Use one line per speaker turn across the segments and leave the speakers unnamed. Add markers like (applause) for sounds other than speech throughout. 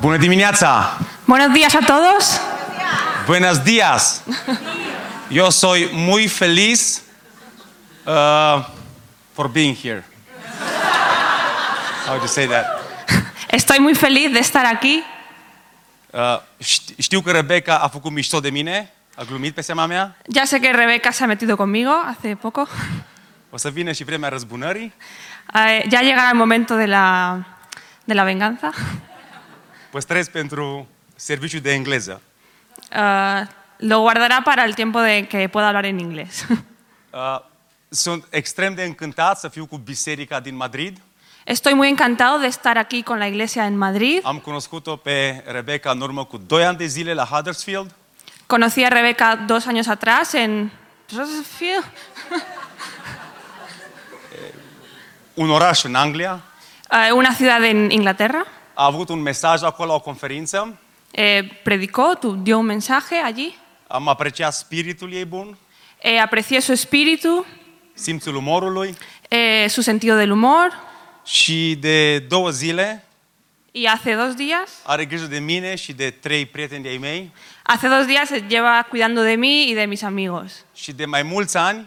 Bună dimineața!
Buenos días a todos.
Buenos días! Yo soy muy feliz uh, for being here. How do you say that?
Estoy muy feliz de estar aquí.
Uh, ști- știu că Rebecca a făcut mișto de mine, a glumit pe seama mea.
Ya sé que Rebeca se ha metido conmigo hace poco. (laughs)
O să vină și vremea răzbunării,
Eh, ya llegará el momento de la, de la venganza. (laughs)
păstrez pentru serviciul de engleză.
Eh, lo guardará para el tiempo de que pueda hablar en inglés. (laughs)
Uh, sunt extrem de încântat să fiu cu biserica din Madrid.
Estoy muy encantado de estar aquí con la iglesia en Madrid.
Am cunoscut-o pe Rebecca în urmă cu 2 ani de zile la Huddersfield.
Conocí a Rebeca dos años atrás en...
un oraș în Anglia,
eh, una ciudad en Inglaterra.
a avut un mesaj acolo la o conferință,
Eh, predicó, tu- dio un mensaje allí.
am apreciat spiritul ei bun,
Eh, aprecié su espíritu,
simțul umorului
eh, su sentido del humor.
și de două zile
Y hace dos días,
are grijă de mine și de trei prieteni de-ai mei
hace dos días se lleva cuidando de mí y de mis amigos.
și de mai mulți ani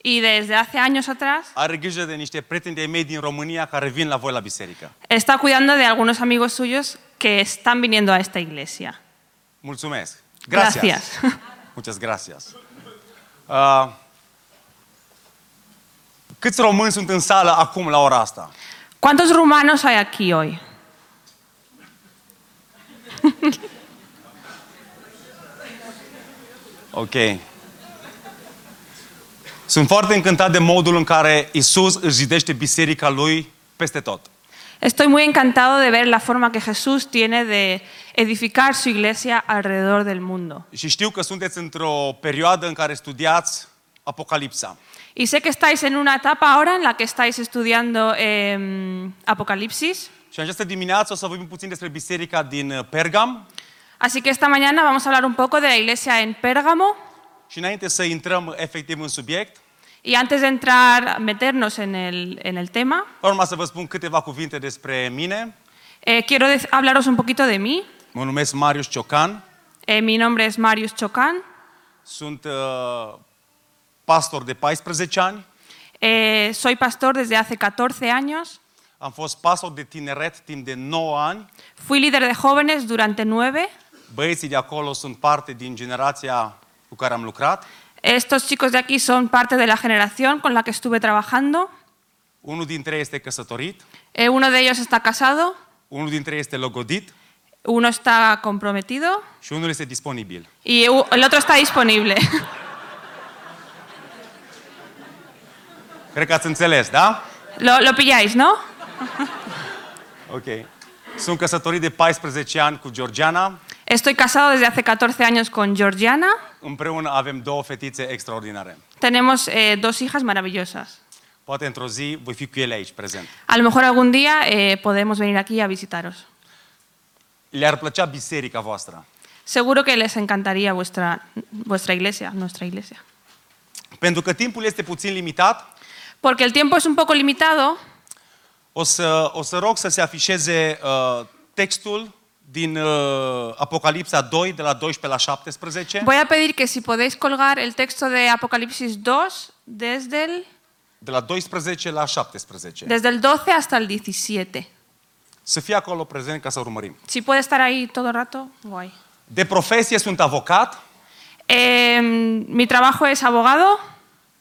Y desde hace años atrás
are grijă de niște prieteni de-ai mei din România care vin la voi la biserică.
está cuidando de algunos amigos suyos que están viniendo a esta iglesia.
Mulțumesc! Gracias!
Gracias. (laughs)
Muchas gracias! Uh, câți români sunt în sală acum la ora asta?
¿Cuántos rumanos hay aquí hoy?
Ok. Sunt foarte încântat de modul în care Isus își zidește biserica lui peste tot.
Estoy muy encantado de ver la forma que Jesús tiene de edificar su iglesia alrededor del mundo.
Și știu că sunteți într-o perioadă în care studiați Apocalipsa.
Y sé que estáis en una etapa ahora en la que estáis estudiando em, Apocalipsis,
Și în această dimineață o să vorbim puțin despre biserica din uh, Pergam.
así que esta mañana vamos a hablar un poco de la iglesia en Pérgamo.
Și înainte să intrăm uh, efectiv în subiect,
Y antes de entrar, meternos en el, en el tema,
vreau urma să vă spun câteva cuvinte despre mine.
eh, quiero dec- hablaros un poquito de mí.
Mă numesc Marius Ciocan,
Eh, mi nombre es Marius Chocán,
sunt uh, pastor de 14 ani,
Eh, soy pastor desde hace 14 años,
am fost pastor de tineret timp de 9 ani
fui líder de jóvenes durante nueve.
Băieții de acolo sunt parte din generația cu care am lucrat.
Estos chicos de aquí son parte de la generación con la que estuve trabajando.
Unul dintre ei este căsătorit,
Eh, uno de ellos está casado,
unul dintre ei este logodit
uno está comprometido
și unul este disponibil.
y u- el otro está disponible. (laughs)
Cred că ați înțeles, da?
lo, lo pilláis, ¿no?
Ok. Sunt căsătorit de 14 ani cu Georgiana.
Estoy casado desde hace 14 años con Georgiana.
Împreună avem două fetițe extraordinare.
Tenemos eh, dos hijas maravillosas.
Poate într-o zi voi fi cu ele aici, prezent.
A lo mejor algún día eh, podemos venir aquí a visitaros.
Le-ar plăcea biserica voastră.
Seguro que les encantaría vuestra, vuestra iglesia, nuestra iglesia.
Pentru că timpul este puțin limitat,
Porque el tiempo es un poco limitado.
o să, o să rog să se afișeze uh, textul din uh, Apocalipsa 2, de la 12 la 17.
Voy a pedir que si podéis colgar el texto de Apocalipsis 2 desde el,
De la 12 la 17.
desde el 12 hasta el 17.
Să fie acolo prezent ca să urmărim.
Si puede estar ahí todo el rato, guay.
De profesie sunt avocat.
Eh, mi trabajo es abogado.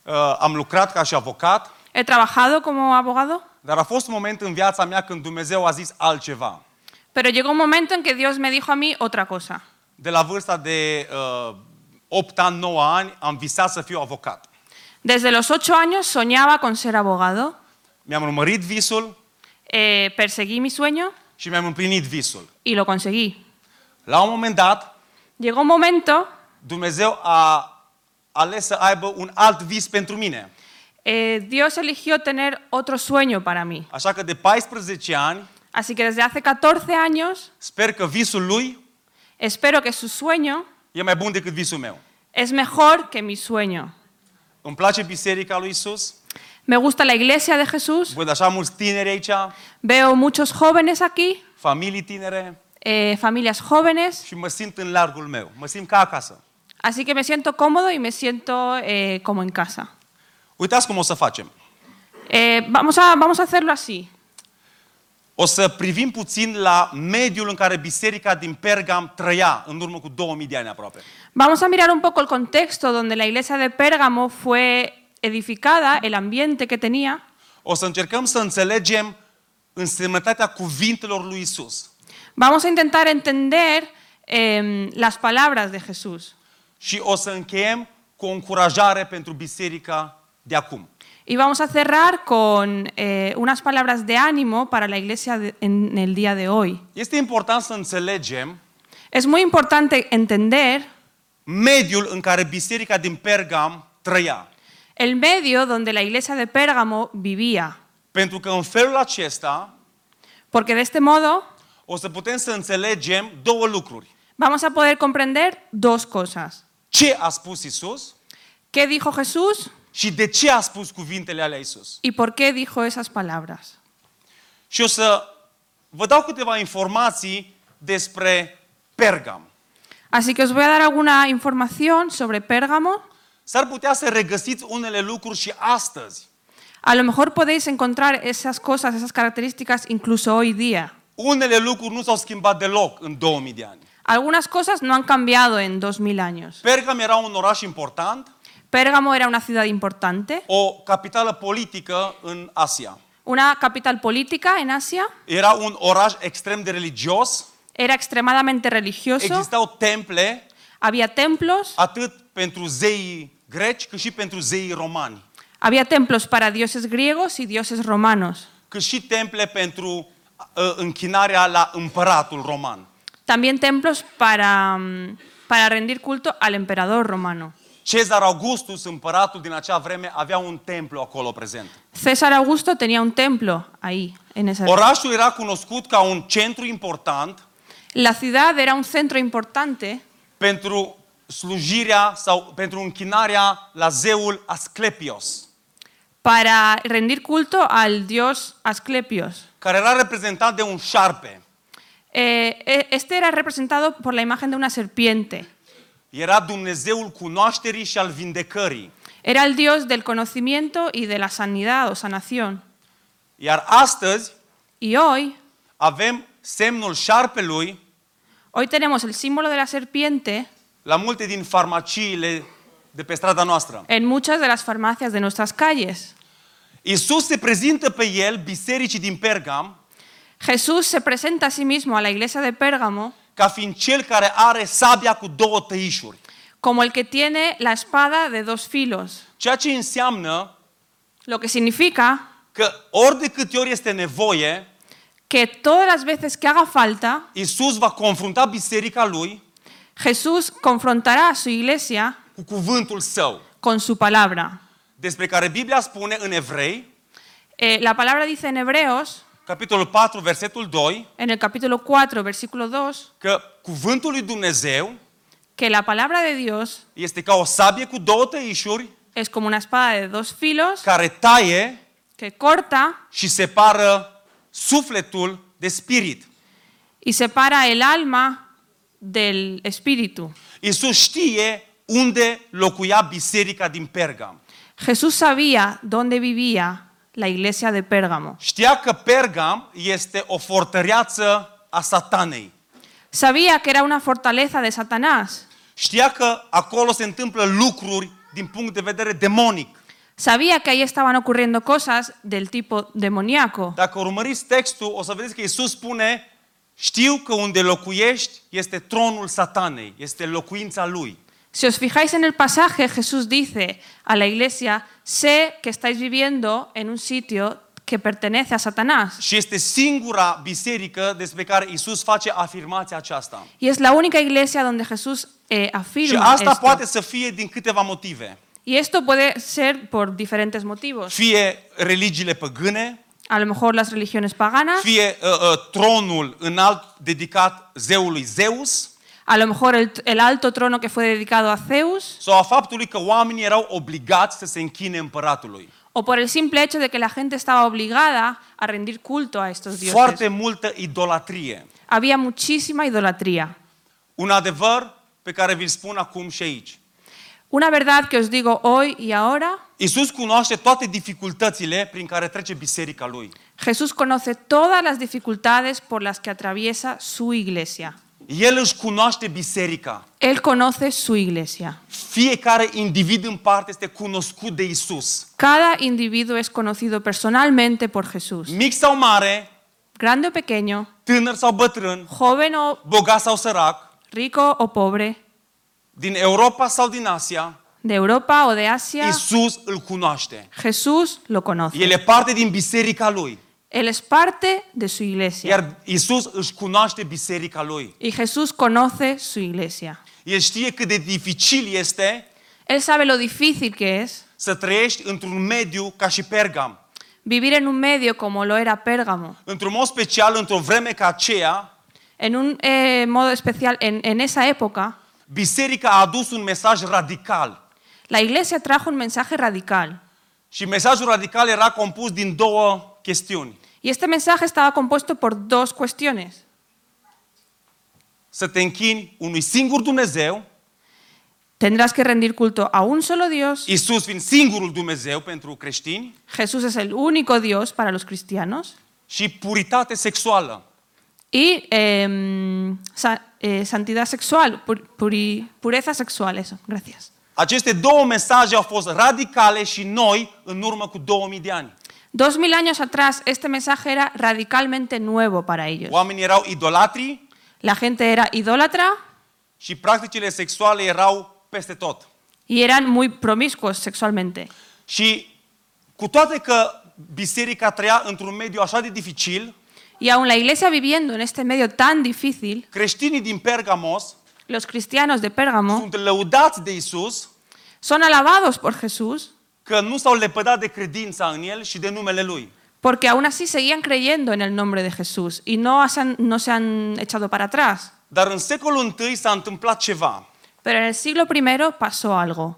Uh, Am lucrat ca și avocat,
He trabajado como abogado.
dar a fost un moment în viața mea când Dumnezeu a zis altceva.
Pero llegó un momento en que Dios me dijo a mí otra cosa.
De la vârsta de uh, 8 ani, 9 ani, am visat să fiu avocat.
Desde los ocho años soñaba con ser abogado.
Mi-am urmărit visul
Eh, perseguí mi sueño
și mi-am împlinit visul.
y lo conseguí.
La un moment dat,
Llegó un momento,
Dumnezeu a ales să aibă un alt vis pentru mine.
eh, Dios eligió tener otro sueño para mí.
Așa că de 14 ani,
Así que desde hace 14 años
sper că visul lui
espero que su sueño
e mai bun decât visul meu.
es mejor que mi sueño.
Îmi place biserica lui Isus.
Me gusta la iglesia de Jesús,
Văd așa mulți tineri aici,
veo muchos jóvenes aquí,
familii tinere,
eh, familias jóvenes.
și mă simt în largul meu, mă simt ca acasă.
Así que me siento cómodo y me siento eh, como en casa.
Uitați cum o să facem.
Eh, vamos, a, vamos a hacerlo así.
O să privim puțin la mediul în care biserica din Pergam trăia în urmă cu 2000 de ani aproape.
Vamos a mirar un poco el contexto donde la iglesia de Pérgamo fue edificada, el ambiente que tenía.
O să încercăm să înțelegem însemnătatea cuvintelor lui Isus.
Vamos a intentar entender em, las palabras de Jesús.
Și o să încheiem cu o încurajare pentru biserica de acum.
Y vamos a cerrar con eh, unas palabras de ánimo para la iglesia de- en el día de hoy.
Este important să înțelegem
Es muy importante entender
mediul în care biserica din Pergam trăia.
el medio donde la iglesia de Pérgamo vivía,
Pentru că în felul acesta
porque de este modo
o să putem să înțelegem două lucruri.
vamos a poder comprender dos cosas.
Ce a spus Isus
¿Qué dijo Jesús
și de ce a spus cuvintele alea Isus.
y por qué dijo esas palabras?
Și o să vă dau câteva informații despre Pergam.
Así que os voy a dar alguna información sobre Pérgamo.
S-ar putea să regăsiți unele lucruri și astăzi.
A lo mejor podéis encontrar esas cosas, esas características incluso hoy día.
Unele lucruri nu s-au schimbat deloc în 2000 de ani.
Algunas cosas no han cambiado en 2000 años.
Pergam era un oraș important,
Pérgamo era una ciudad importante,
o capitală politică în Asia.
una capital política en Asia,
Era un oraș extrem de religios,
era extremadamente religioso,
existau temple
había templos,
atât pentru zeii greci, cât și pentru zeii romani,
había templos para dioses griegos y dioses romanos.
cât și temple pentru uh, închinarea la împăratul roman.
También templos para, mm, para rendir culto al emperador romano.
Cezar Augustus, împăratul din acea vreme, avea un templu acolo prezent.
César Augusto tenía un templo ahí, en esa
Orașul era cunoscut ca un centru important
La ciudad era un centro importante
pentru slujirea sau pentru închinarea la zeul Asclepios,
para rendir culto al dios Asclepios.
care era reprezentat de un șarpe.
Eh, eh, este era representado por la imagen de una serpiente.
Era Dumnezeul cunoașterii și al vindecării.
Era el dios del conocimiento y de la sanidad o sanación.
Iar astăzi
Y hoy,
avem semnul șarpelui
hoy tenemos el símbolo de la serpiente
la multe din farmaciile de pe strada noastră.
en muchas de las farmacias de nuestras calles.
Isus se prezintă pe el bisericii din Pergam
Jesús se presenta a sí mismo a la iglesia de Pérgamo
ca fiind cel care are sabia cu două tăișuri.
como el que tiene la espada de dos filos,
Ceea ce înseamnă
lo que significa
că ori de câte ori este nevoie,
que todas las veces que haga falta,
Isus va confrunta biserica lui
Jesús confrontará a su iglesia
cu cuvântul său,
con su palabra.
despre care Biblia spune în Evrei,
Eh, la palabra dice en Hebreos,
capitolul 4, versetul 2,
en el capítulo 4, versículo 2,
că cuvântul lui Dumnezeu
que la palabra de Dios
este ca o sabie cu două tăișuri
es como una espada de dos filos
care taie
que corta
și separă sufletul de spirit.
y separa el alma del espíritu.
Iisus știe unde locuia biserica din Pergam.
Jesús sabía dónde vivía la iglesia de Pérgamo.
Știa că Pergam este o fortăreață a satanei.
Sabía que era una fortaleza de Satanás.
Știa că acolo se întâmplă lucruri din punct de vedere demonic.
Sabía que ahí estaban ocurriendo cosas del tipo demoníaco.
Dacă urmăriți textul, o să vedeți că Iisus spune știu că unde locuiești este tronul satanei, este locuința lui.
Si os fijáis en el pasaje, Jesús dice a la iglesia, sé que estáis viviendo en un sitio que pertenece a Satanás.
Și este singura biserică despre care Iisus face afirmația aceasta.
Y es la única iglesia donde Jesús eh,
Și
afirma
asta
esto.
poate să fie din câteva motive.
Y esto puede ser por diferentes motivos.
Fie religiile păgâne,
A lo mejor las Ah. religiones paganas,
fie uh, uh, tronul înalt dedicat zeului Zeus,
a lo mejor el, el alto trono que fue dedicado a Zeus,
sau a faptului că oamenii erau obligați să se închine împăratului.
o por el simple hecho de que la gente estaba obligada a rendir culto a estos dioses.
Foarte multă idolatrie.
Había muchísima idolatría.
Un adevăr pe care vi-l spun acum și aici.
Una verdad que os digo hoy y ahora,
Iisus cunoaște toate dificultățile prin care trece biserica lui.
Jesús conoce todas las dificultades por las que atraviesa su iglesia.
El își cunoaște biserica.
Él conoce su iglesia.
Fiecare individ în parte este cunoscut de Isus.
Cada individuo es conocido personalmente por Jesús.
Mic sau mare,
Grande o pequeño,
tânăr sau bătrân,
joven o
bogat sau sărac,
rico o pobre,
din Europa sau din Asia,
de Europa o de Asia,
Isus îl cunoaște.
Jesús lo conoce.
El e parte din biserica lui.
Él es parte de su iglesia.
Iar Isus își cunoaște biserica lui.
Y Jesús conoce su iglesia.
El știe cât de dificil este
Él sabe lo difícil que es
să trăiești într-un mediu ca și Pergam.
vivir en un medio como lo era Pérgamo,
Într-un mod special, într-o vreme ca aceea,
en un eh, modo especial en- en esa época.
biserica a adus un mesaj radical.
La iglesia trajo un mensaje radical
Și mesajul radical era compus din două chestiuni.
y este mensaje estaba compuesto por dos cuestiones.
Să te închini unui singur Dumnezeu,
Tendrás que rendir culto a un solo Dios.
Isus fiind singurul Dumnezeu pentru creștini,
Jesús es el único Dios para los cristianos.
și puritate sexuală.
Y em, sa- eh, santidad sexual, pur- puri- pureza sexual, eso, gracias.
Aceste două mesaje au fost radicale și noi în urmă cu 2000 de ani.
Dos mil años atrás este mensaje era radicalmente nuevo para ellos.
Oamenii erau idolatri
La gente era idólatra
și practicile sexuale erau peste tot.
y eran muy promiscuos sexualmente.
Și cu toate că biserica trăia într-un mediu așa de dificil,
Y aún la iglesia viviendo en este medio tan difícil,
creștinii din Pergamos
los cristianos de Pérgamo
sunt lăudați de Isus
son alabados por Jesús
că nu s-au lepădat de credința în El și de numele Lui.
porque aún así seguían creyendo en el nombre de Jesús y no se han, no se han echado para atrás.
Dar în secolul I s-a întâmplat ceva.
Pero en el siglo I pasó algo.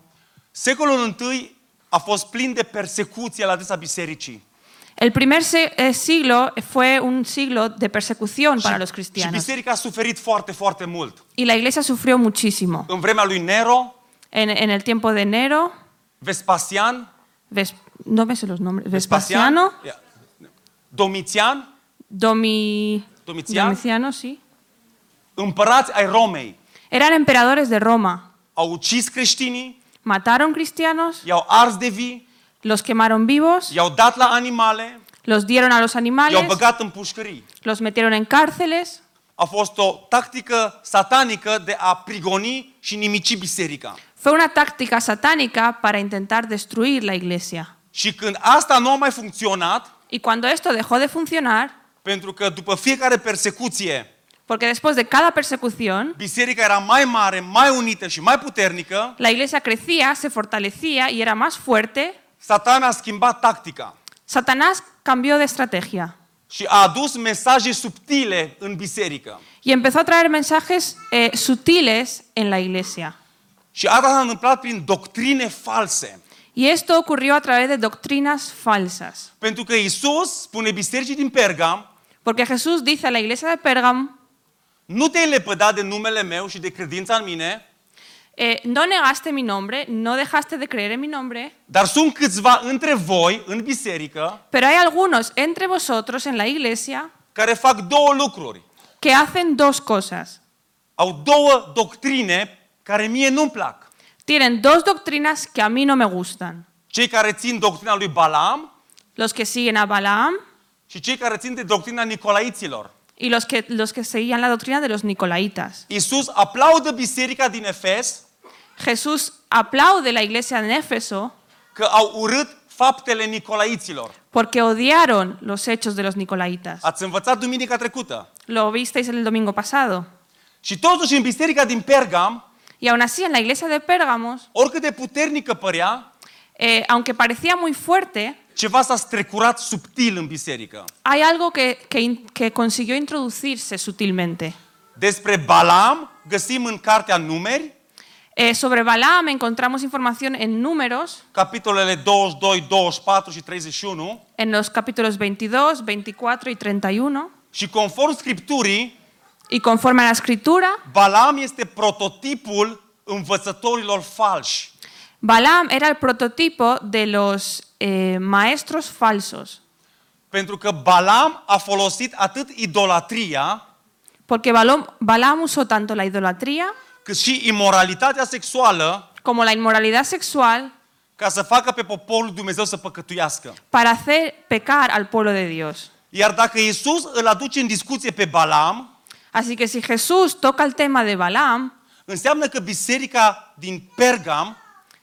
Secolul I a fost plin de persecuție la adresa bisericii.
El primer se- eh, siglo fue un siglo de persecución para los
Și
cristianos
biserica a suferit foarte, foarte mult.
y la iglesia sufrió muchísimo.
În vremea lui Nero,
En, en el tiempo de Nero,
Vespasian,
Ves- no me sé los nombres, Vespasiano,
Ia. Domitian,
Domi-
Domiciano.
Domiciano, sí,
împărați ai Romei
eran emperadores de Roma.
au ucis creștinii,
Mataron cristianos,
i-au ars de vii,
los quemaron vivos,
i-au dat la animale,
los dieron a los
i-au
animales,
băgat în pușcării.
los metieron en cárceles.
A fost o tactică satanică de a prigoni și nimici biserica.
Fue una táctica satánica para intentar destruir la iglesia.
Și când asta nu a mai funcționat,
Y cuando esto dejó de funcionar,
pentru că după fiecare persecuție,
porque después de cada persecución,
biserica era mai mare, mai unită și mai puternică,
la iglesia crecía, se fortalecía y era más fuerte,
satana a schimbat tactica
Satanás cambió de estrategia
și a adus mesaje subtile în biserică.
y empezó a traer mensajes eh, sutiles en la iglesia.
Și asta s-a întâmplat prin doctrine false.
Y esto ocurrió a través de doctrinas falsas.
Pentru că Isus spune bisericii din Pergam,
Porque Jesús dice a la iglesia de Pérgamo,
nu te-ai lepădat de numele meu și de credința în mine,
eh, no negaste mi nombre, no dejaste de creer en mi nombre,
dar sunt câțiva între voi în biserică
Pero hay algunos entre vosotros en la iglesia
care fac două lucruri.
que hacen dos cosas.
Au două doctrine care mie nu-mi plac.
Tienen dos doctrinas que a mí no me gustan.
Cei care țin doctrina lui Balaam
Los que siguen a Balaam
și cei care țin de doctrina Nicolaiților.
y los que, los que seguían la doctrina de los nicolaitas.
Isus aplaudă biserica din Efes
Jesús aplaude la iglesia en Éfeso
că au urât faptele Nicolaiților.
porque odiaron los hechos de los nicolaitas.
Ați învățat duminica trecută.
Lo visteis el domingo pasado.
Și totuși în biserica din Pergam,
Y aún así, en la iglesia de Pérgamos,
oricât de puternică părea,
eh, aunque parecía muy fuerte,
ceva s-a strecurat subtil în biserică.
hay algo que- que in- que consiguió introducirse sutilmente.
Despre Balaam, găsim în cartea Numeri,
Eh, sobre Balaam encontramos información en números,
capitolele 22, 24 și 31
en los capítulos 22, 24 y 31.
și conform Scripturii,
Y conforme a la escritura,
Balaam este prototipul învățătorilor falși.
Balaam era el prototipo de los eh, maestros falsos,
Pentru că Balaam a folosit atât idolatria,
porque Balom- Balaam usó tanto la idolatría
cât și imoralitatea sexuală
como la inmoralidad sexual
ca să facă pe poporul Dumnezeu să păcătuiască.
para hacer pecar al pueblo de Dios.
Iar dacă Isus îl aduce în discuție pe Balaam,
Así que si Jesús toca el tema de Balaam,
înseamnă că biserica din Pergam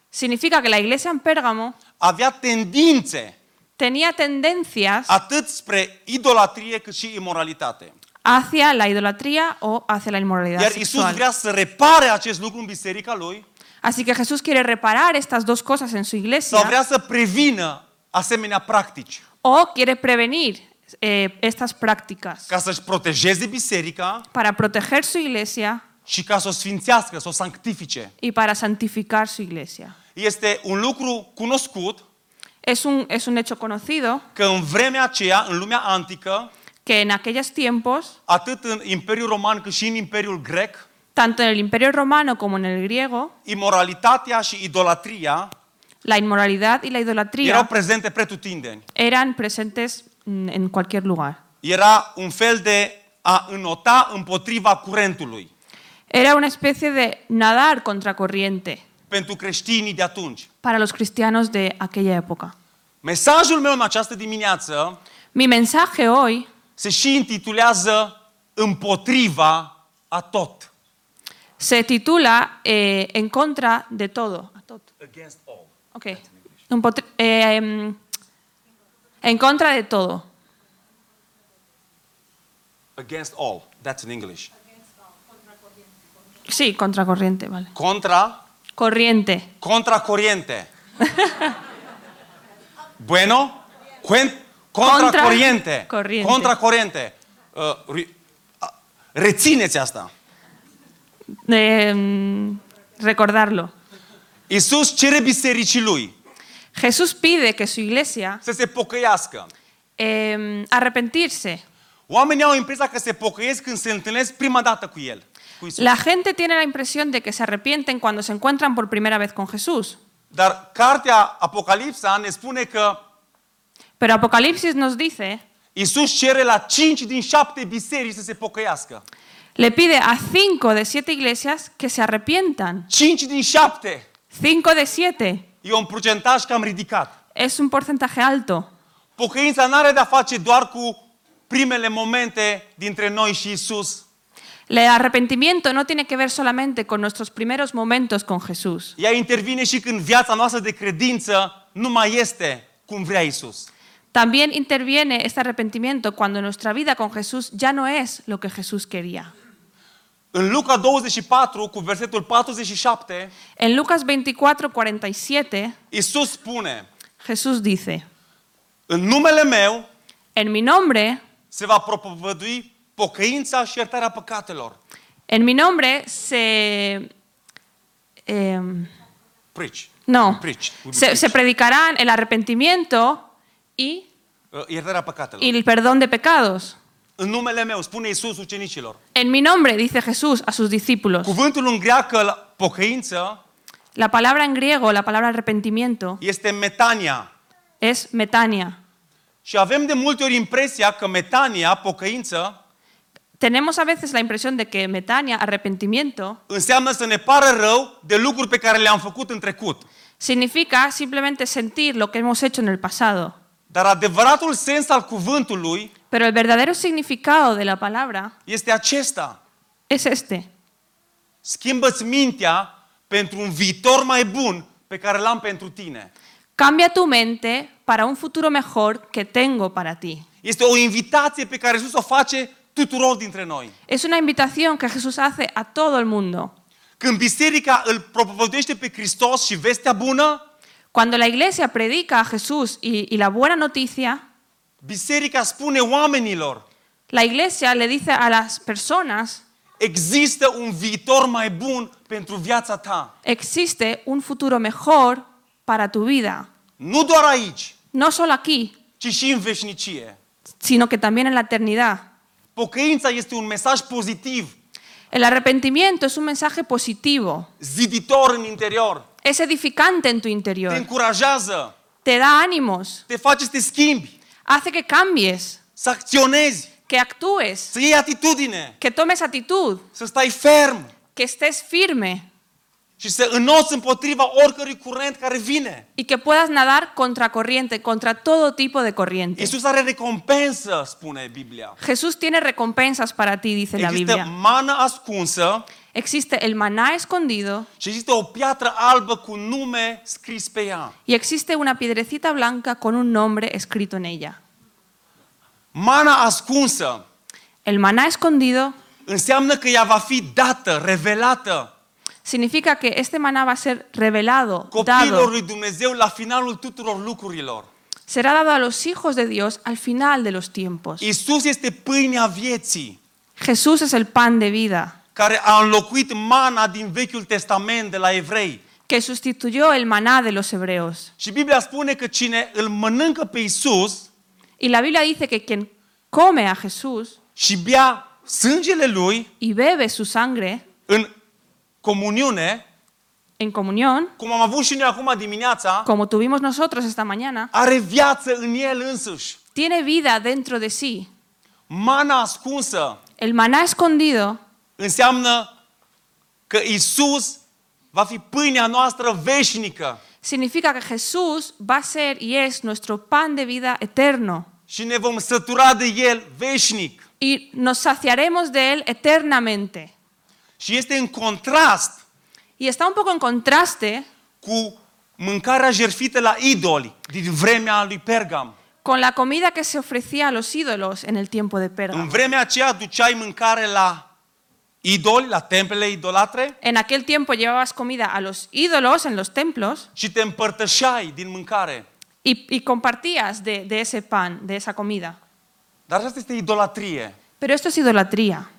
significa que la iglesia en Pérgamo
avea tendințe
tenía tendencias
atât spre idolatrie cât și imoralitate.
hacia la idolatría o hacia la inmoralidad
Iar Isus
sexual.
vrea să repare acest lucru în biserica lui
Así que Jesús quiere reparar estas dos cosas en su
sau
iglesia
vrea să prevină asemenea practici
o quiere prevenir eh, estas prácticas
ca să-și protejeze biserica
para proteger su iglesia
și ca să o sfințească, să o sanctifice.
y para santificar su iglesia.
Este un lucru cunoscut
Es un, es un hecho conocido
că în vremea aceea, în lumea antică,
que en aquellos tiempos,
atât în Imperiul Roman cât și în Imperiul Grec,
tanto en el Imperio Romano como en el griego,
imoralitatea și idolatria
la inmoralidad y la
erau
idolatría
prezente pretutindeni.
eran presentes mm, en cualquier lugar.
Era un fel de a înota împotriva curentului
Era una especie de nadar contracorriente
pentru creștinii de atunci.
para los cristianos de aquella época.
Mesajul meu în această dimineață
Mi mensaje hoy
se și intitulează Împotriva a tot.
se titula eh, En contra de todo.
Against all.
Ok. Un potr- eh, em, en contra de todo.
Against all. That's in English.
Sí, contracorriente, vale.
Contra,
Corriente.
contra corriente. bueno? Cuen, contra,
Contra
corriente.
corriente.
Contra corriente. Uh, re- a- rețineți asta.
Em, recordarlo.
Iisus cere bisericii lui
Jesús pide que su iglesia
să se pocăiască.
em, arrepentirse.
Oamenii au impresia că se pocăiesc când se întâlnesc prima dată cu el. Cu Isus.
La gente tiene la impresión de que se arrepienten cuando se encuentran por primera vez con Jesús.
Dar cartea Apocalipsa ne spune că
Pero Apocalipsis nos dice,
Iisus cere la 5 din 7 biserici să se pocăiască.
le pide a cinco de siete iglesias que se arrepientan.
5 din 7
Cinco de siete
e un procentaj cam ridicat.
es un porcentaje alto.
Pocăința nu are de-a face doar cu primele momente dintre noi și Isus.
El arrepentimiento no tiene que ver solamente con nuestros primeros momentos con Jesús.
Ea intervine și când viața noastră de credință nu mai este cum vrea Isus.
También interviene este arrepentimiento cuando nuestra vida con Jesús ya no es lo que Jesús quería.
În Luca 24, cu versetul 47,
En Lucas 24, 47,
Isus spune,
Jesús dice,
în numele meu
en mi nombre,
se va propovădui pocăința și iertarea păcatelor.
en mi nombre se... eh,
Prici.
no,
Preach. We will
se, se
preach.
predicarán el arrepentimiento y,
Uh, Iertarea păcatelor.
y el perdón de pecados.
În numele meu, spune Iisus ucenicilor.
En mi nombre, dice Jesús a sus discípulos.
Cuvântul în greacă la pocăință
La palabra en griego, la palabra arrepentimiento,
este metania.
es metania.
Și avem de multe ori impresia că metania, pocăință,
Tenemos a veces la impresión de que metania, arrepentimiento,
înseamnă să ne pară rău de lucruri pe care le-am făcut în trecut.
significa simplemente sentir lo que hemos hecho en el pasado.
Dar adevăratul sens al cuvântului
Pero el verdadero significado de la palabra
este acesta.
es este.
Schimbă-ți mintea pentru un viitor mai bun pe care l-am pentru tine.
Cambia tu mente para un futuro mejor que tengo para ti.
Este o invitație pe care Iisus o face tuturor dintre noi.
Es una invitación que Jesús hace a todo el mundo.
Când biserica îl propovăduiește pe Hristos și vestea bună,
Cuando la iglesia predica a Jesús y, y la buena noticia,
Biserica spune oamenilor,
la iglesia le dice a las personas,
Există un viitor mai bun pentru viața ta.
Existe un futuro mejor para tu vida,
Nu doar aici,
no solo aquí,
ci și în veșnicie.
sino que también en la eternidad.
Pocăința este un mesaj pozitiv,
El arrepentimiento es un mensaje positivo,
ziditor în interior.
es edificante en tu
Te
interior,
încurajează,
te da ánimos,
te face să te schimbi,
hace que cambies,
să acționezi,
que actúes,
să iei atitudine,
que tomes actitud,
să stai ferm
que estés firme
și să înnoți împotriva oricărui curent care vine.
y que puedas nadar contra corriente, contra todo tipo de corriente.
Iisus are recompensă, spune Biblia.
Jesús tiene recompensas para ti, dice la
Există
Biblia.
mană ascunsă
Existe el maná escondido
și există o piatră albă cu nume scris pe ea.
y existe una piedrecita blanca con un nombre escrito en ella.
Mana ascunsă
El maná escondido
înseamnă că ea va fi dată, revelată
significa que este maná va a ser revelado,
copiilor
dado,
lui Dumnezeu la finalul tuturor lucrurilor.
será dado a los hijos de Dios al final de los tiempos.
Isus este pâinea vieții
Jesús es el pan de vida
care a înlocuit mana din Vechiul Testament de la evrei.
que sustituyó el maná de los hebreos.
Și Biblia spune că cine îl mănâncă pe Isus
Y la Biblia dice que quien come a Jesús
și bea sângele lui
y bebe su sangre
în comuniune,
en comunión,
cum am avut și noi acum dimineața,
como tuvimos nosotros esta mañana,
are viață în el însuși.
tiene vida dentro de sí.
Mana ascunsă
El maná escondido
înseamnă că Isus va fi pâinea noastră veșnică
significa que Jesús va a ser y es nuestro pan de vida eterno.
și ne vom sătura de el veșnic.
Y nos saciaremos de él eternamente.
Și este în contrast
Y está un poco en contraste
cu mâncarea jertfită la idoli din vremea lui Pergam.
con la comida que se ofrecía a los ídolos en el tiempo de Pérgamo.
În vremea aceea duceai mâncare la idoli, la templele idolatre
En aquel tiempo llevabas comida a los ídolos en los templos
și te împărtășeai din mâncare.
y, y compartías de, de ese pan, de esa comida.
Dar asta este idolatrie.
Pero esto es idolatría.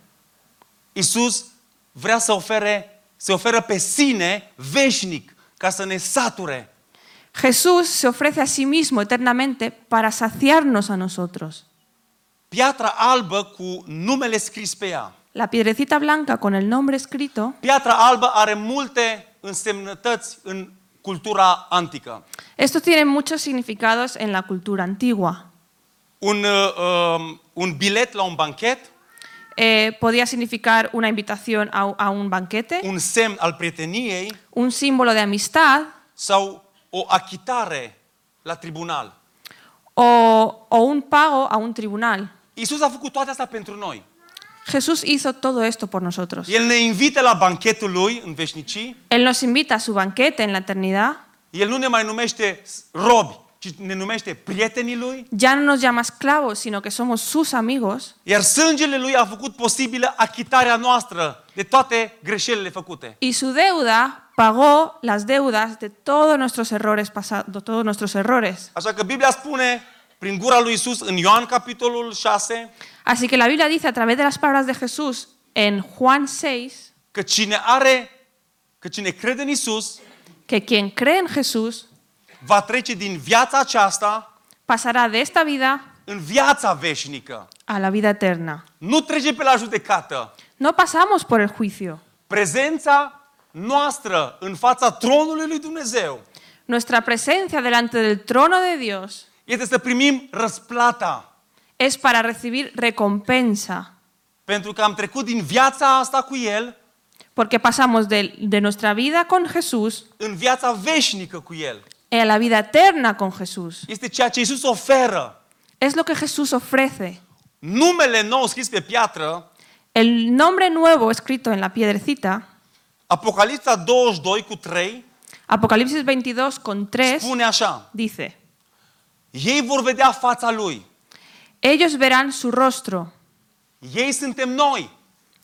Iisus vrea să ofere, se oferă pe sine veșnic ca să ne sature.
Jesús se ofrece a sí mismo eternamente para saciarnos a nosotros.
Piatra albă cu numele scris pe ea.
La piedrecita blanca con el nombre escrito,
Piatra albă are multe însemnătăți în cultura antică.
esto tiene muchos significados en la cultura antigua.
Un, uh, um, un bilet la un banchet,
Eh, podía significar una invitación a, a un banquete,
un semn al prieteniei
un símbolo de amistad
sau o achitare la tribunal.
o, o un pago a un tribunal.
Iisus a făcut toate astea pentru noi.
Jesús hizo todo esto por nosotros.
El ne invită la banchetul lui în veșnicii,
Él nos invita a su banquete en la eternidad.
El nu ne mai numește robi, ci ne numește prietenii Lui,
Ya no nos llama esclavos, sino que somos sus amigos.
iar sângele Lui a făcut posibilă achitarea noastră de toate greșelile făcute.
Y su deuda pagó las deudas de todos nuestros errores pasados, todos nuestros errores.
Așa că Biblia spune, prin gura lui Isus în Ioan capitolul 6,
Así que la Biblia dice a través de las palabras de Jesús en Juan 6
că cine are, că cine crede în Isus,
que quien cree en Jesús
va trece din viața aceasta
pasará de esta vida
în viața veșnică.
a la vida eterna.
Nu trece pe la judecată.
No pasamos por el juicio.
Prezența noastră în fața tronului lui Dumnezeu
Nuestra presencia delante del trono de Dios
este să primim răsplata
es para recibir recompensa,
Pentru că am trecut din viața asta cu El
porque pasamos de, de nuestra vida con Jesús
în viața veșnică cu El.
a la vida eterna con Jesús.
Este ceea ce Iisus oferă.
Es lo que Jesús ofrece.
Numele nou scris pe piatră,
El nombre nuevo escrito en la piedrecita,
Apocalipsa 22 cu 3,
Apocalipsis 22 con 3,
spune așa.
dice,
Ei vor vedea fața Lui.
ellos verán su rostro,
Ei suntem noi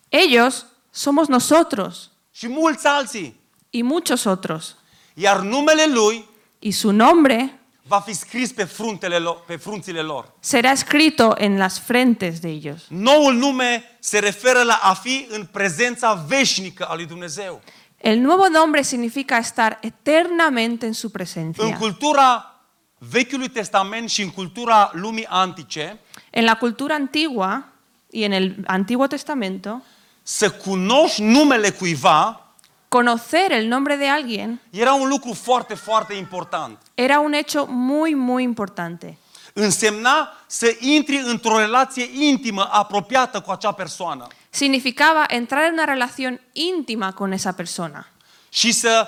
ellos somos nosotros
și mulți alții.
y muchos otros,
Iar numele Lui
y su nombre
va fi scris pe, fruntele lor, pe frunțile lor.
será escrito en las frentes de ellos.
Noul nume se referă la a fi în prezența veșnică a lui Dumnezeu.
El nuevo nombre significa estar eternamente en su
În
presencia.
cultura Vechiului Testament și în cultura lumii antice,
En la cultura antigua y en el Antiguo Testamento,
să cunoști numele cuiva
conocer el nombre de alguien
era un lucru foarte, foarte important.
era un hecho muy, muy importante.
Însemna să intri într-o relație intimă, apropiată cu acea persoană
Significaba entrar en una relación íntima con esa persona
și să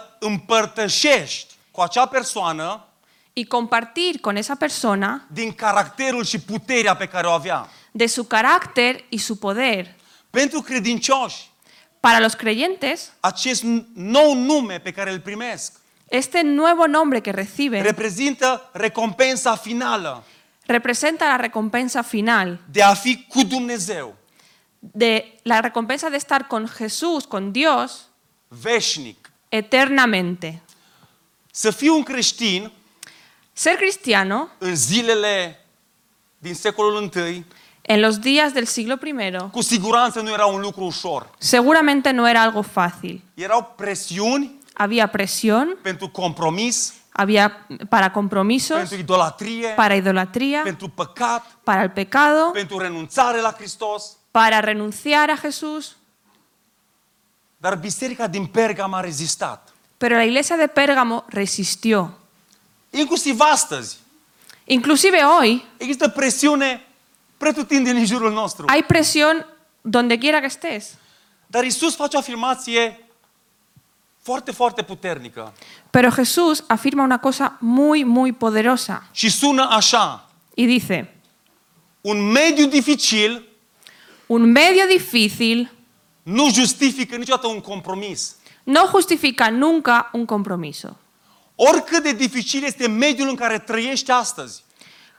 împărtășești cu acea persoană
y compartir con esa persona
din caracterul și puterea pe care o avea.
de su carácter y su poder.
Pentru credincioși,
Para los creyentes,
acest n- nou nume pe care îl primesc
este nuevo nombre que reciben
reprezintă recompensa finală
representa la recompensa final
de a fi cu Dumnezeu,
de la recompensa de estar con Jesús, con Dios,
veșnic.
eternamente.
Să fii un creștin
Ser cristiano
în zilele din secolul I,
en los días del siglo I
cu siguranță nu era un lucru ușor.
seguramente no era algo fácil.
Erau presiuni
Había presión,
pentru compromis,
había para compromisos,
pentru idolatrie,
para idolatría,
pentru păcat,
para el pecado,
pentru renunțare la Hristos.
para renunciar a Jesús.
Dar biserica din Pergam a rezistat.
Pero la iglesia de Pérgamo resistió.
Inclusiv astăzi
Inclusive hoy
există presiune pretutindeni în jurul nostru.
hay presión donde quiera que estés.
Dar Isus face o afirmație foarte, foarte puternică
Pero Jesús afirma una cosa muy, muy poderosa
și sună așa.
y dice,
Un mediu dificil
Un medio difícil
nu justifică niciodată un compromis.
no justifica nunca un compromiso.
Oricât de dificil este mediul în care trăiești astăzi,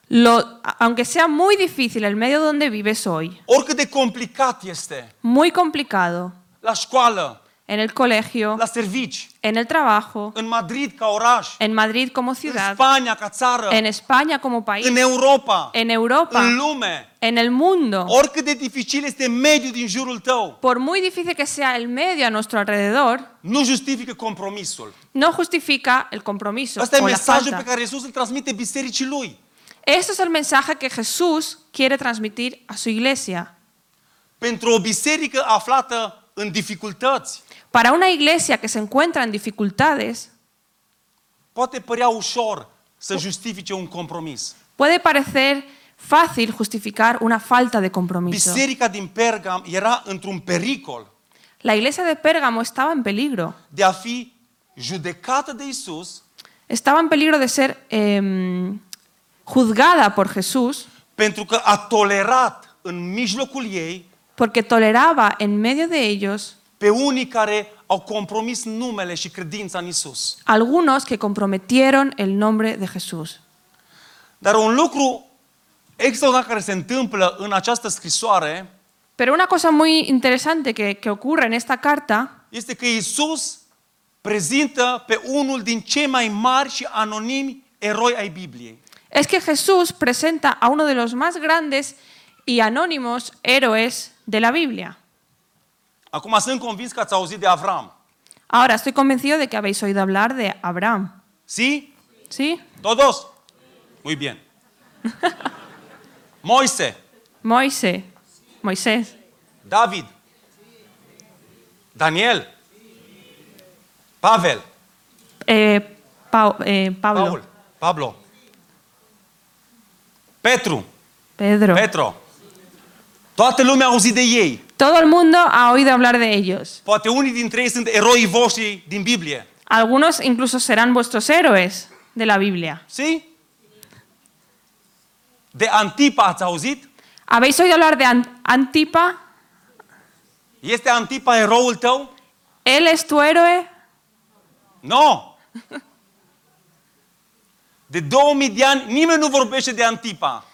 Lo- aunque sea muy difícil el medio donde vives hoy,
oricât de complicat este,
muy complicado,
la școală,
en el colegio,
la servici,
en el trabajo,
în Madrid ca oraș,
en Madrid como
în
ciudad,
Spania ca țară,
en España como país,
în Europa,
en Europa,
în lume,
en el mundo,
oricât de dificil este mediul din jurul tău,
por muy difícil que sea el medio a nuestro alrededor,
nu justifică compromisul.
no justifica el compromiso.
Asta e
o la
mesajul
falta.
pe care Iisus îl transmite bisericii lui.
Este es el mensaje que Jesús quiere transmitir a su iglesia.
Pentru o biserică aflată în dificultăți,
Para una iglesia que se encuentra en dificultades,
poate părea ușor să justifice un compromis.
Puede parecer fácil justificar una falta de compromiso.
Biserica din Pergam era într-un pericol
La iglesia de Pérgamo estaba en peligro.
de a fi judecată de Isus
Estaba en peligro de ser em, juzgada por Jesús
pentru că a tolerat în mijlocul ei
porque toleraba en medio de ellos
pe unii care au compromis numele și credința în Isus.
algunos que comprometieron el nombre de Jesús.
Dar un lucru extraordinar care se întâmplă în această scrisoare
Pero una cosa muy interesante que, que ocurre en esta carta
este că Isus prezintă pe unul din cei mai mari și anonimi eroi ai Bibliei.
es que Jesús presenta a uno de los más grandes y anónimos héroes de la Biblia.
Acum sunt convins că ați auzit de Avram.
Ahora, estoy convencido de que habéis oído hablar de Abraham.
Sí?
¿Sí?
Todos? Muy bien. (laughs) Moise,
Moisés. Moisés.
David, Daniel, Pavel,
Eh, Pau- eh, Pablo.
Paul, Pablo, Petru,
Pedro.
Petro. Toată lumea a auzit de ei.
Todo el mundo ha oído hablar de ellos.
Poate unii dintre ei sunt eroii voștri din Biblie.
Algunos incluso serán vuestros héroes de la Biblia.
Sí? De Antipa ați auzit?
¿Habéis oído hablar de An- Antipa?
Este Antipa eroul tău?
¿Él es tu héroe?
Nu! De 2000 de ani nimeni nu vorbește de Antipa.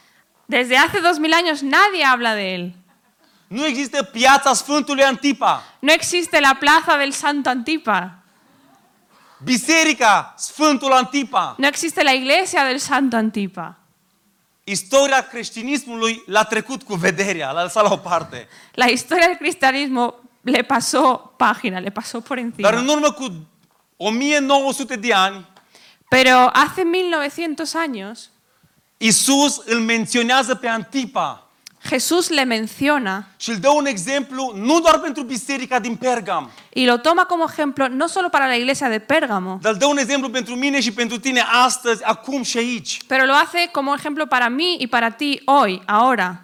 Desde hace dos mil años nadie habla de él.
Nu există piața Sfântului Antipa.
No existe la plaza del Santo Antipa.
Biserica, Sfântul Antipa,
No existe la iglesia del santo Antipa.
istoria creștinismului l-a trecut cu vederea, l-a lăsat la o parte.
La historia del cristianismo le pasó página, le pasó por
Dar
encima.
în urmă cu 1900 de ani,
Pero hace 1900 años
Isus îl menționează pe Antipa
Jesús le menciona
și îl dă un exemplu nu doar pentru biserica din Pergam,
y lo toma como ejemplo no solo para la iglesia de Pérgamo,
dar îl dă un exemplu pentru mine și pentru tine astăzi, acum și aici.
pero lo hace como ejemplo para mí y para ti hoy, ahora.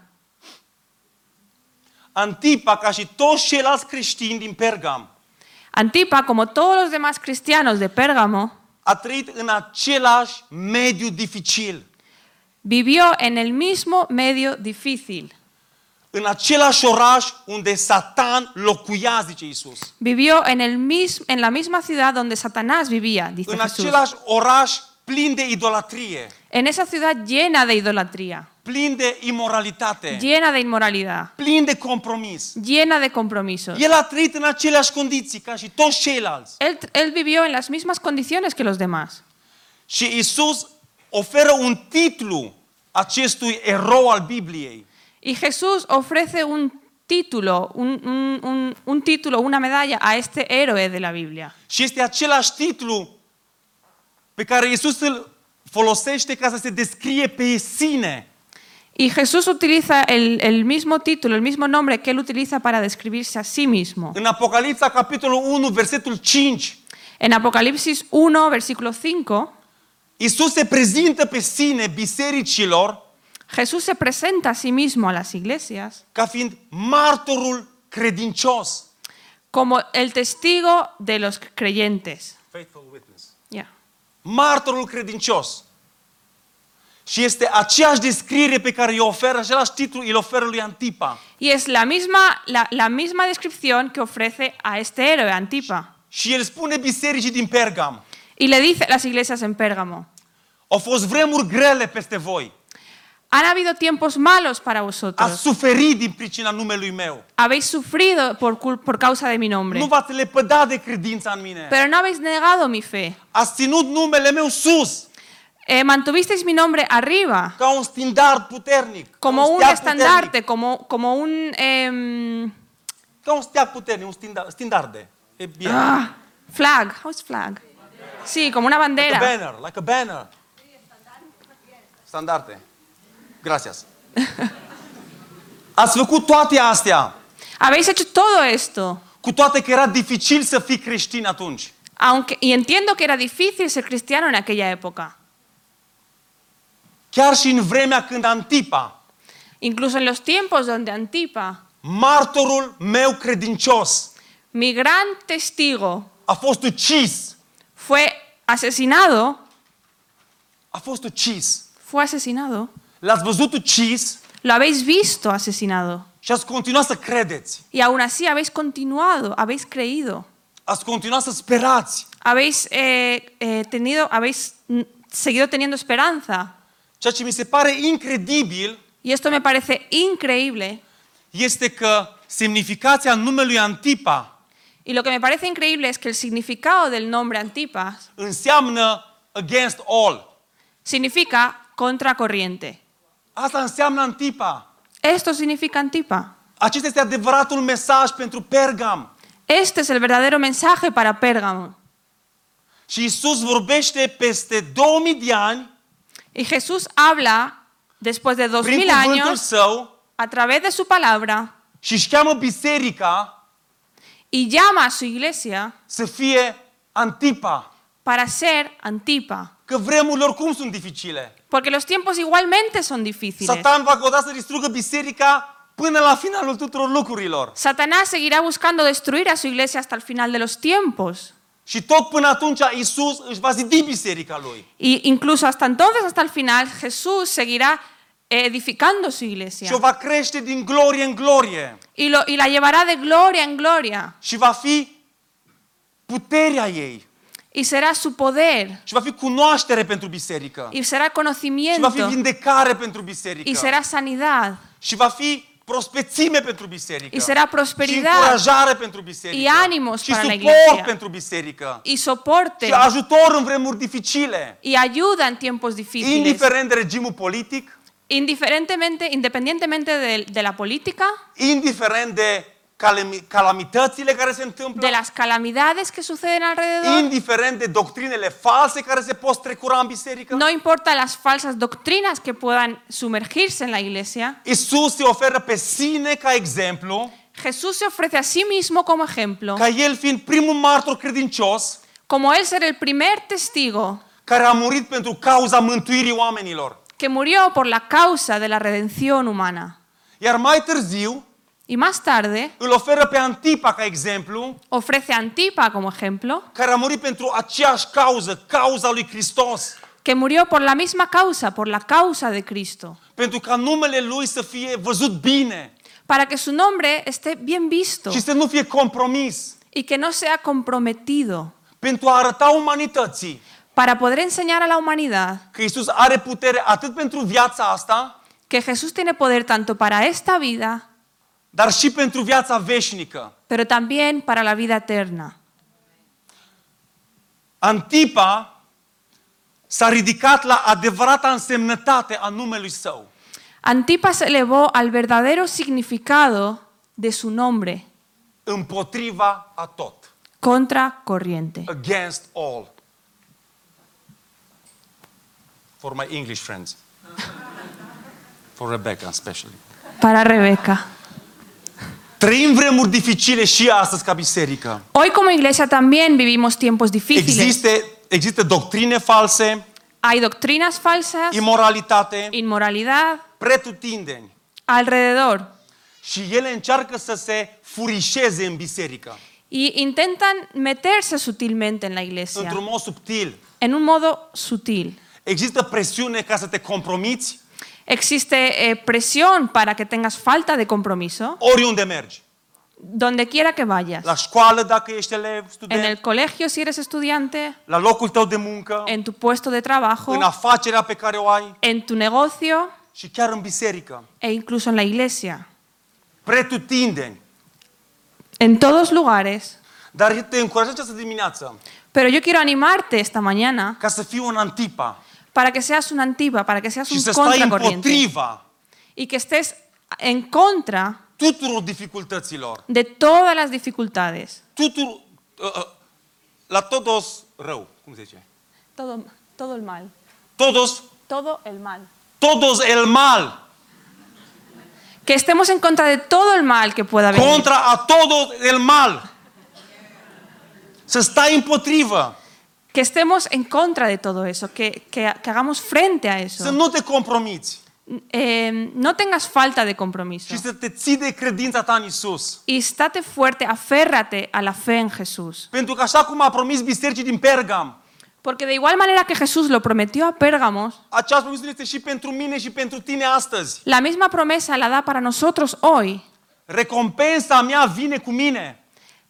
Antipa, ca și toți ceilalți creștini din Pergam,
Antipa, como todos los demás cristianos de Pérgamo,
a trăit în același mediu dificil,
vivió en el mismo medio difícil.
în același oraș unde Satan locuia, zice Isus.
Vivió en, el mis- en la misma ciudad donde Satanás vivía, dice
În
Jesús.
același oraș plin de idolatrie,
En esa ciudad llena de idolatría,
plin de imoralitate,
llena de inmoralidad,
plin de compromis.
llena de compromisos.
El a trăit în aceleași condiții ca și toți ceilalți.
Él, él vivió en las mismas condiciones que los demás.
Și Isus oferă un titlu acestui erou al Bibliei.
Y Jesús ofrece un título, un, un- un- un título, una medalla a este héroe de la Biblia.
Și este același titlu pe care Isus îl folosește ca să se descrie pe sine.
Y Jesús utiliza el, el mismo título, el mismo nombre que él utiliza para describirse a sí mismo.
În Apocalipsa, capitolul 1, versetul 5,
En Apocalipsis 1, versículo 5,
Isus se prezintă pe sine bisericilor
Jesús se presenta a sí mismo a las iglesias
ca fiind martorul credincios.
como el testigo de los creyentes. Ya.
Martorul credincios. Și este aceeași descriere pe care îi oferă, același titlu îl oferă lui Antipa.
Y es la misma, la- la misma descripción que ofrece a este héroe, Antipa.
Și el spune bisericii din Pergam,
Y le dice a las iglesias en Pérgamo,
au fost vremuri grele peste voi,
Han habido tiempos malos para
ați
vosotros.
suferit din pricina numelui meu,
Habéis sufrido por, cul- por causa de mi nombre.
nu v-ați lepădat de credința în mine,
Pero no habéis negado mi fe.
ați ținut numele meu sus,
Eh, mantuvisteis mi nombre arriba,
ca un standard puternic, ca
como un
steag puternic,
estandarte, como, como un... em,
ca un steag puternic, un standard, standarde. E bine.
ah, flag. How is flag? Sí, como una
Like a
bandera.
banner, like a banner. Standarte. Gracias. Ați făcut toate astea,
Habéis hecho todo esto.
cu toate că era dificil să fii creștin atunci.
Aunque, y entiendo que era difícil ser cristiano en aquella época.
Chiar și în vremea când Antipa,
Incluso en los tiempos donde Antipa,
martorul meu credincios,
mi gran testigo,
a fost ucis.
fue asesinado,
A fost ucis.
fue asesinado.
L-ați văzut ucis
Lo habéis visto asesinado.
și ați continuat să credeți.
Y aún así habéis continuado, habéis creído,
Ați continuat să sperați.
habéis, eh, eh, tenido, habéis mm, seguido teniendo esperanza.
Ceea ce mi se pare incredibil
Y esto me parece increíble.
este că semnificația numelui Antipa
Y lo que me parece increíble es que el significado del nombre Antipas
înseamnă against all.
significa contracorriente.
Asta înseamnă Antipa.
Esto significa Antipa.
Acesta este adevăratul mesaj pentru Pergam.
Este es el verdadero mensaje para Pérgamo.
Și Isus vorbește peste 2000 de ani
Y Jesús habla después de dos
prin
mil
cuvântul
años
său
a través de su palabra
și își cheamă biserica
y llama a su iglesia
să fie Antipa.
para ser Antipa.
Că vremurile oricum sunt dificile.
Porque los tiempos igualmente son difíciles.
Satan va căuta să distrugă biserica până la finalul tuturor lucrurilor.
Satanás seguirá buscando destruir a su iglesia hasta el final de los tiempos.
Și tot până atunci Isus își va zidi biserica lui.
Y incluso hasta entonces, hasta el final, Jesús seguirá edificando su iglesia.
Și o va crește din glorie în glorie.
Y, lo- y la llevará de gloria en gloria.
Și va fi puterea ei.
Y será su poder.
Și va fi cunoaștere pentru biserică.
Y será
Și va fi
conocimiento.
vindecare pentru biserică.
Y será sanidad.
Și va fi prospețime pentru biserică.
Y será
și
prosperidad.
încurajare pentru biserică.
Y ánimos
și
para la
suport
iglesia.
pentru biserică.
y soporte
Și ajutor în vremuri dificile.
y ayuda en tiempos difíciles.
Indiferent de regimul politic,
Indiferentemente, independientemente de, de la política,
indiferent de calami- calamitățile care se întâmplă,
de las calamidades que suceden alrededor,
indiferent de doctrinele false care se pot strecura în biserică.
no importa las falsas doctrinas que puedan sumergirse en la iglesia,
Isus se oferă pe sine ca exemplu,
Jesús se ofrece a sí mismo como ejemplo,
ca el fiind primul martor credincios
como él ser el primer testigo
care a murit pentru cauza mântuirii oamenilor.
que murió por la causa de la redención humana.
Iar mai târziu
Y más tarde
îl oferă pe Antipa ca exemplu,
ofrece a Antipa como ejemplo,
care a murit pentru aceeași cauză, cauza lui Hristos,
que murió por la misma causa, por la causa de Cristo,
pentru ca numele lui să fie văzut bine
para que su nombre esté bien visto
și să nu fie compromis,
y que no sea comprometido,
pentru a arăta umanității
para poder enseñar a la humanidad
că Isus are putere atât pentru viața asta,
que Jesús tiene poder tanto para esta vida,
dar și pentru viața veșnică.
pero también para la vida eterna.
Antipa s-a ridicat la adevărata însemnătate a numelui său.
Antipas se elevó al verdadero significado de su nombre,
împotriva a tot.
contra corriente.
Against all. For my English friends. For Rebecca especially.
Para Rebeca.
Trăim vremuri dificile și astăzi ca biserică.
Hoy como iglesia también vivimos tiempos difíciles.
Existe, există doctrine false,
Hay doctrinas falsas,
imoralitate,
inmoralidad
pretutindeni.
alrededor
Și ele încearcă să se furișeze în biserică.
y intentan meterse sutilmente en la iglesia,
Într-un mod subtil.
en un modo sutil.
Există presiune ca să te compromiți
Existe eh, presión para que tengas falta de compromiso
oriunde mergi.
donde quiera que vayas.
La școală dacă ești elev,
En
student,
el colegio si eres estudiante,
la locul tău de muncă,
en tu puesto de trabajo,
în afacerea pe care o ai
en tu negocio
și chiar în biserică.
e incluso en la iglesia.
Pretutindeni.
En todos lugares.
Dar eu te încurajez această dimineață
Pero yo quiero animarte esta mañana
ca să fii un antipa
para que seas un antipa, para que seas
și
un
să stai
contracorriente
împotriva
y que estés en contra
tuturor dificultăților,
de todas las dificultades.
tuturor, uh, uh, la todos rău, cum se zice?
Todo, todo el mal.
Todos,
Todo el mal.
todos el mal,
Que estemos en contra de todo el mal que pueda venir.
contra a todos el mal. Să stai împotrivă,
Que estemos en contra de todo eso, que, que- que hagamos frente a
să
eso.
nu te compromiți
Eh, no tengas falta de compromiso.
și să te ții de credința ta în Isus.
Y estate fuerte, aférrate a la fe en Jesús.
Pentru că așa cum a promis bisericii din Pergam,
Porque de igual manera que Jesús lo prometió a Pérgamos,
Această promisiune este și pentru mine și pentru tine astăzi.
la misma promesa la da para nosotros hoy.
Recompensa mea vine cu mine.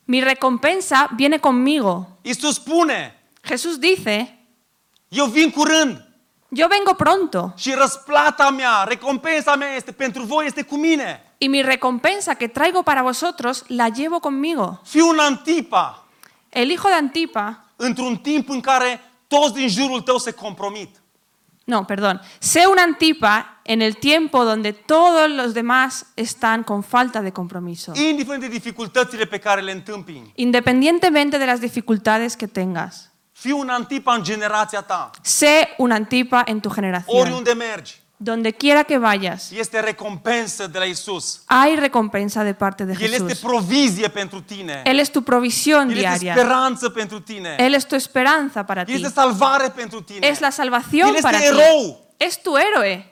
Mi recompensa viene conmigo.
Iisus spune,
Jesús dice,
eu vin curând
yo vengo pronto
și răsplata mea, recompensa mea este pentru voi, este cu mine.
y mi recompensa que traigo para vosotros la llevo conmigo.
Fii un antipa
El hijo de Antipa,
într-un timp în care toți din jurul tău se compromit.
no, perdón, sé un Antipa en el tiempo donde todos los demás están con falta de compromiso,
Indiferent de dificultățile pe care le întâmpini.
independientemente de las dificultades que tengas.
Fii un antipa în generația ta.
Sé un antipa en tu generación.
Oriunde mergi,
Donde quiera que vayas,
este recompensă de la Isus.
hay recompensa de parte de
El este
Jesús.
provizie pentru tine.
Él es tu
El
provisión
este
diaria.
speranță pentru tine.
Él es tu esperanza para
El
ti.
este salvare pentru tine.
Es la salvación
El este
para ti.
erou.
Es tu héroe.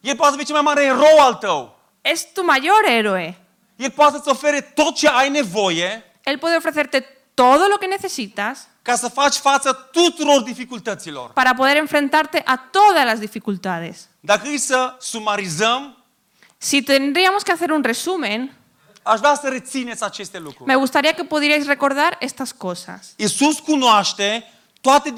El poate să fie cel mai mare erou al tău.
Es tu mayor héroe.
El poate să-ți ofere tot ce ai nevoie
Él puede ofrecerte todo lo que necesitas
ca să faci față tuturor dificultăților.
para poder enfrentarte a todas las dificultades.
Dacă îi să sumarizăm,
Si tendríamos que hacer un resumen,
aș vrea să rețineți aceste lucruri.
me gustaría que pudierais recordar estas cosas.
Iisus cunoaște toate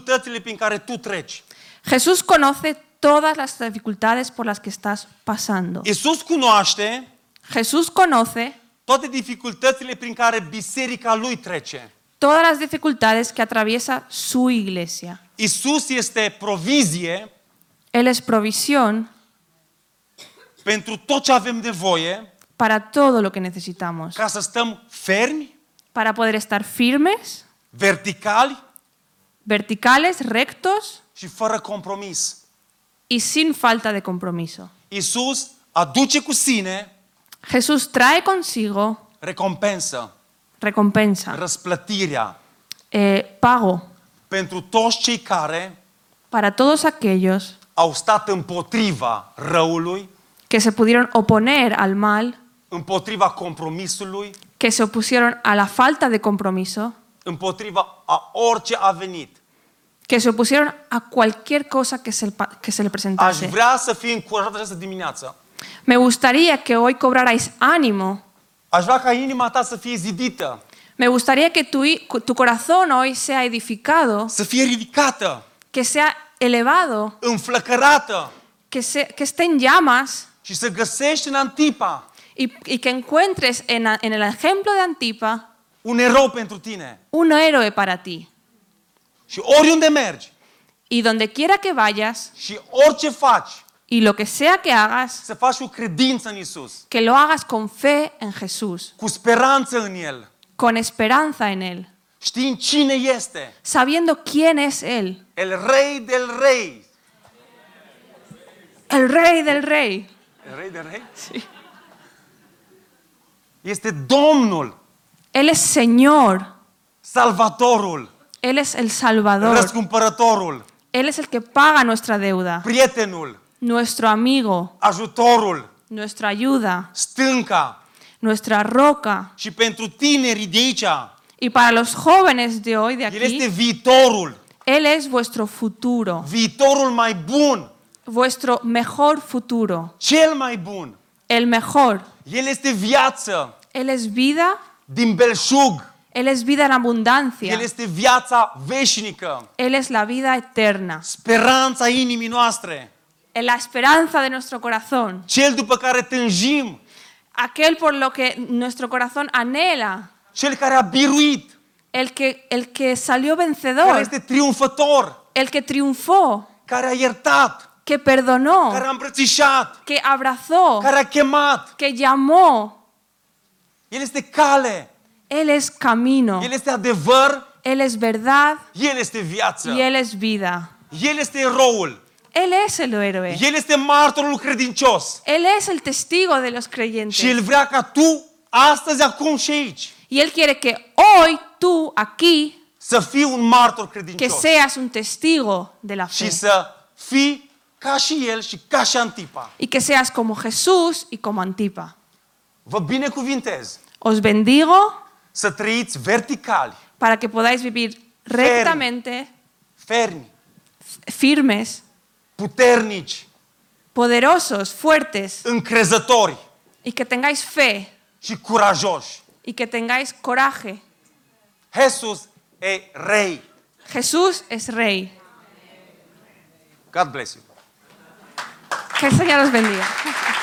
dificultățile prin care tu treci.
Jesús conoce todas las dificultades por las que estás pasando.
Iisus cunoaște
Jesús conoce
toate dificultățile prin care biserica lui trece.
todas las dificultades que atraviesa su iglesia.
Isus este provizie
Él es provisión
pentru tot ce avem nevoie
para todo lo que necesitamos,
ca să stăm fermi,
para poder estar firmes,
verticali
verticales, rectos
și fără compromis.
y sin falta de compromiso.
Isus aduce cu sine
Jesús trae consigo
recompensă,
recompensa,
răsplătirea
eh, pago
pentru toți cei care
para todos aquellos
au stat împotriva răului,
que se pudieron oponer al mal,
împotriva compromisului,
que se opusieron a la falta de compromiso,
împotriva a orice a venit.
que se opusieron a cualquier cosa que se, le pa- que Da, se le
Aș
presentase.
vrea să fii încurajat această dimineață.
Me gustaría que hoy cobrarais ánimo.
Aș vrea ca inima ta să fie zidită,
Me gustaría que tu, i- tu corazón hoy sea edificado,
să fie ridicată,
que sea elevado,
înflăcărată
que, se- que esté en llamas
și să găsești în Antipa
y, y que encuentres en, a- en el ejemplo de Antipa
un erou pentru tine.
un héroe para ti.
Și oriunde mergi
Y donde quiera que vayas
și orice faci,
y lo que sea que hagas,
să faci cu credință în Isus,
que lo hagas con fe en Jesús,
cu speranță în El,
con esperanza en Él,
știind cine este,
sabiendo quién es Él,
El Rei del Rei.
el Rey del Rey.
El Rei del Rei? Este Domnul,
Él es Señor,
Salvatorul,
Él es el Salvador,
Răscumpărătorul,
Él es el que paga nuestra deuda,
Prietenul,
nuestro amigo,
Ajutorul,
nuestra ayuda,
Stânca.
nuestra roca.
Și pentru tinerii de aici,
Y para los jóvenes de hoy, de
El este
aquí,
viitorul,
Él es vuestro futuro,
viitorul mai bun,
vuestro mejor futuro,
cel mai bun.
el mejor.
El este viață
Él es vida,
din belșug.
Él es vida en abundancia,
El este viața veșnică,
Él es la vida eterna,
speranța inimii noastre,
en la esperanza de nuestro corazón,
cel după care tânjim,
aquel por lo que nuestro corazón anhela,
cel care a biruit,
el que, el que salió
care
vencedor,
este triumfător,
el que triunfó,
care a iertat,
que perdonó,
care a îmbrățișat,
que abrazó,
care a chemat.
que llamó.
El este cale,
Él es camino,
El este adevăr,
Él es verdad
El este viață.
y Él es vida.
El este eroul,
Él es el héroe.
El este martorul credincios.
Él es el testigo de los
Și
creyentes.
El vrea ca tu, astăzi, acum și aici,
Y Él quiere que hoy tú, aquí,
să fii un martor
que
credincios.
seas un testigo de la fe.
și să fii ca și el și ca și Antipa.
Y que seas como Jesús y como Antipa.
Vă binecuvintez
Os bendigo
să trăiți verticali,
para que podáis vivir rectamente,
fermi,
firmes,
puternici,
poderosos, fuertes,
încrezători
y que tengáis fe
și curajoși.
y que tengáis coraje.
Jesus e rei.
Jesús es rey.
God bless you.
Que el Señor os bendiga.